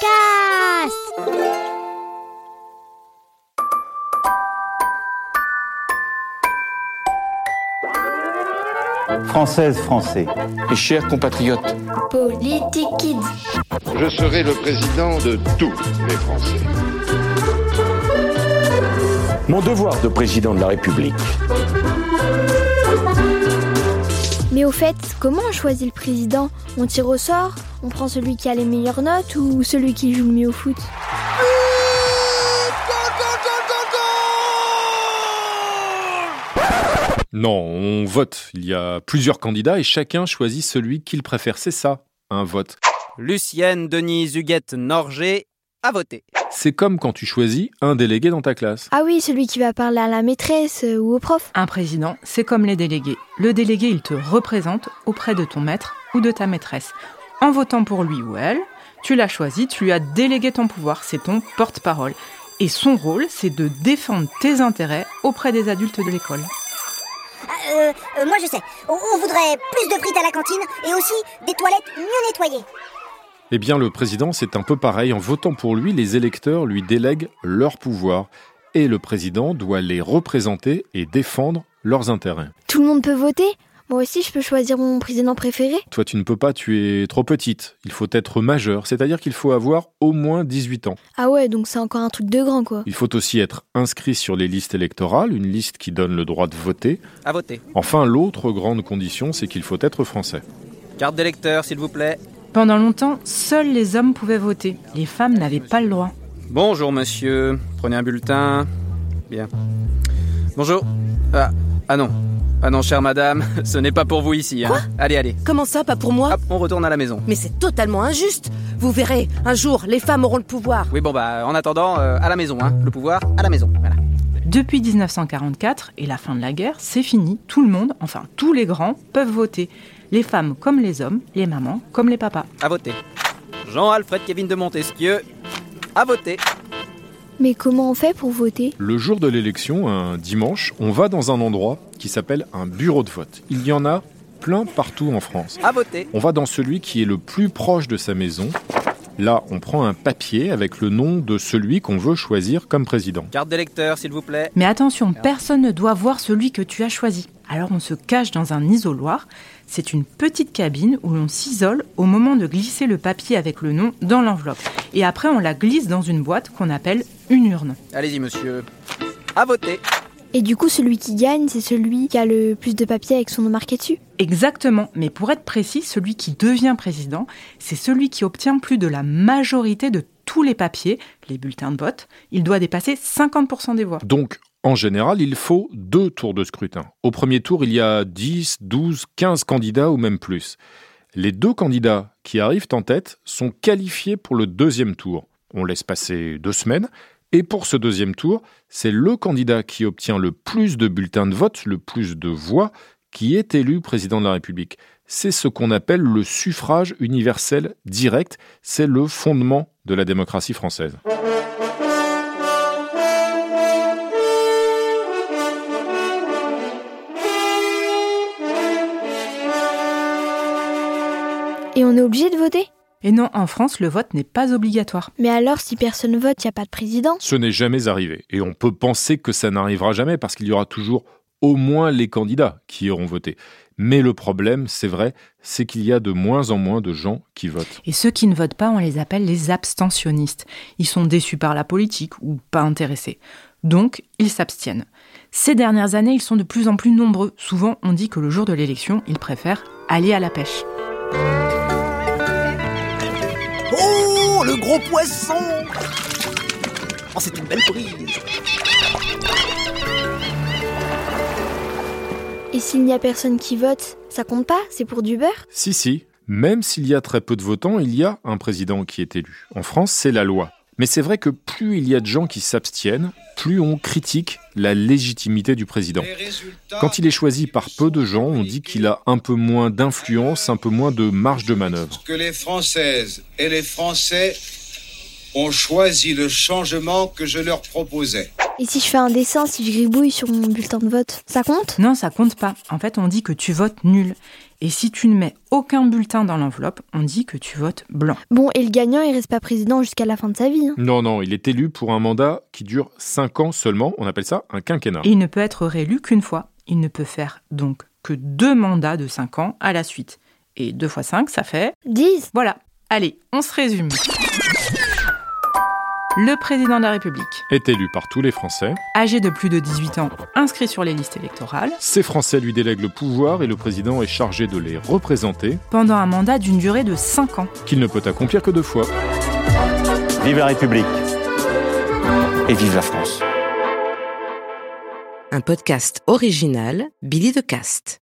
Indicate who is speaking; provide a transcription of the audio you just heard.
Speaker 1: Cast
Speaker 2: Française, Français,
Speaker 3: Mes chers compatriotes,
Speaker 1: Politique Kids.
Speaker 4: Je serai le président de tous les Français.
Speaker 5: Mon devoir de président de la République,
Speaker 1: Mais au fait, comment on choisit le président On tire au sort On prend celui qui a les meilleures notes ou celui qui joue le mieux au foot
Speaker 6: Non, on vote. Il y a plusieurs candidats et chacun choisit celui qu'il préfère. C'est ça, un vote.
Speaker 7: Lucienne Denise Huguette Norgé a voté.
Speaker 6: C'est comme quand tu choisis un délégué dans ta classe.
Speaker 1: Ah oui, celui qui va parler à la maîtresse euh, ou au prof.
Speaker 8: Un président, c'est comme les délégués. Le délégué, il te représente auprès de ton maître ou de ta maîtresse. En votant pour lui ou elle, tu l'as choisi, tu lui as délégué ton pouvoir, c'est ton porte-parole. Et son rôle, c'est de défendre tes intérêts auprès des adultes de l'école.
Speaker 9: Euh, euh, moi je sais. On, on voudrait plus de frites à la cantine et aussi des toilettes mieux nettoyées.
Speaker 6: Eh bien, le président, c'est un peu pareil. En votant pour lui, les électeurs lui délèguent leur pouvoir. Et le président doit les représenter et défendre leurs intérêts.
Speaker 1: Tout le monde peut voter Moi aussi, je peux choisir mon président préféré
Speaker 6: Toi, tu ne peux pas, tu es trop petite. Il faut être majeur, c'est-à-dire qu'il faut avoir au moins 18 ans.
Speaker 1: Ah ouais, donc c'est encore un truc de grand quoi.
Speaker 6: Il faut aussi être inscrit sur les listes électorales, une liste qui donne le droit de voter.
Speaker 7: A voté.
Speaker 6: Enfin, l'autre grande condition, c'est qu'il faut être français.
Speaker 7: Carte d'électeur, s'il vous plaît.
Speaker 8: Pendant longtemps, seuls les hommes pouvaient voter. Les femmes n'avaient pas le droit.
Speaker 7: Bonjour, monsieur. Prenez un bulletin. Bien. Bonjour. Ah, ah non. Ah non, chère madame, ce n'est pas pour vous ici. hein. allez, allez.
Speaker 10: Comment ça, pas pour moi
Speaker 7: Hop, on retourne à la maison.
Speaker 10: Mais c'est totalement injuste. Vous verrez, un jour, les femmes auront le pouvoir.
Speaker 7: Oui, bon, bah, en attendant, euh, à la maison, hein. Le pouvoir, à la maison. Voilà.
Speaker 8: Depuis 1944 et la fin de la guerre, c'est fini. Tout le monde, enfin tous les grands, peuvent voter. Les femmes comme les hommes, les mamans comme les papas.
Speaker 7: A voté. Jean-Alfred Kevin de Montesquieu a voté.
Speaker 1: Mais comment on fait pour voter
Speaker 6: Le jour de l'élection, un dimanche, on va dans un endroit qui s'appelle un bureau de vote. Il y en a plein partout en France.
Speaker 7: A voté.
Speaker 6: On va dans celui qui est le plus proche de sa maison. Là, on prend un papier avec le nom de celui qu'on veut choisir comme président.
Speaker 7: Carte d'électeur, s'il vous plaît.
Speaker 8: Mais attention, personne ne doit voir celui que tu as choisi. Alors on se cache dans un isoloir. C'est une petite cabine où l'on s'isole au moment de glisser le papier avec le nom dans l'enveloppe. Et après, on la glisse dans une boîte qu'on appelle une urne.
Speaker 7: Allez-y, monsieur. A voté.
Speaker 1: Et du coup, celui qui gagne, c'est celui qui a le plus de papier avec son nom marqué dessus.
Speaker 8: Exactement, mais pour être précis, celui qui devient président, c'est celui qui obtient plus de la majorité de tous les papiers, les bulletins de vote. Il doit dépasser 50% des voix.
Speaker 6: Donc, en général, il faut deux tours de scrutin. Au premier tour, il y a 10, 12, 15 candidats ou même plus. Les deux candidats qui arrivent en tête sont qualifiés pour le deuxième tour. On laisse passer deux semaines. Et pour ce deuxième tour, c'est le candidat qui obtient le plus de bulletins de vote, le plus de voix, qui est élu président de la République. C'est ce qu'on appelle le suffrage universel direct. C'est le fondement de la démocratie française.
Speaker 1: Et on est obligé de voter
Speaker 8: Et non, en France, le vote n'est pas obligatoire.
Speaker 1: Mais alors, si personne vote, y a pas de président
Speaker 6: Ce n'est jamais arrivé. Et on peut penser que ça n'arrivera jamais parce qu'il y aura toujours au moins les candidats qui auront voté. Mais le problème, c'est vrai, c'est qu'il y a de moins en moins de gens qui votent.
Speaker 8: Et ceux qui ne votent pas, on les appelle les abstentionnistes. Ils sont déçus par la politique ou pas intéressés. Donc, ils s'abstiennent. Ces dernières années, ils sont de plus en plus nombreux. Souvent, on dit que le jour de l'élection, ils préfèrent aller à la pêche.
Speaker 7: Oh, le gros poisson Oh, c'est une belle prise
Speaker 1: Et s'il n'y a personne qui vote, ça compte pas C'est pour du beurre
Speaker 6: Si, si, même s'il y a très peu de votants, il y a un président qui est élu. En France, c'est la loi. Mais c'est vrai que plus il y a de gens qui s'abstiennent, plus on critique la légitimité du président. Quand il est choisi par peu de gens, on dit qu'il a un peu moins d'influence, un peu moins de marge de manœuvre.
Speaker 11: que les Françaises et les Français ont choisi le changement que je leur proposais.
Speaker 1: Et si je fais un dessin, si je gribouille sur mon bulletin de vote, ça compte
Speaker 8: Non, ça compte pas. En fait, on dit que tu votes nul. Et si tu ne mets aucun bulletin dans l'enveloppe, on dit que tu votes blanc.
Speaker 1: Bon, et le gagnant, il reste pas président jusqu'à la fin de sa vie. hein.
Speaker 6: Non, non, il est élu pour un mandat qui dure 5 ans seulement. On appelle ça un quinquennat.
Speaker 8: Et il ne peut être réélu qu'une fois. Il ne peut faire donc que deux mandats de 5 ans à la suite. Et 2 fois 5, ça fait
Speaker 1: 10
Speaker 8: Voilà. Allez, on se résume. Le président de la République,
Speaker 6: Est élu par tous les Français.
Speaker 8: âgé de plus de 18 ans, inscrit sur les listes électorales,
Speaker 6: Ces Français lui délèguent le pouvoir et le président est chargé de les représenter,
Speaker 8: pendant un mandat d'une durée de 5 ans.
Speaker 6: qu'il ne peut accomplir que deux fois.
Speaker 5: Vive la République et vive la France.
Speaker 10: Un podcast original, Billy de Cast.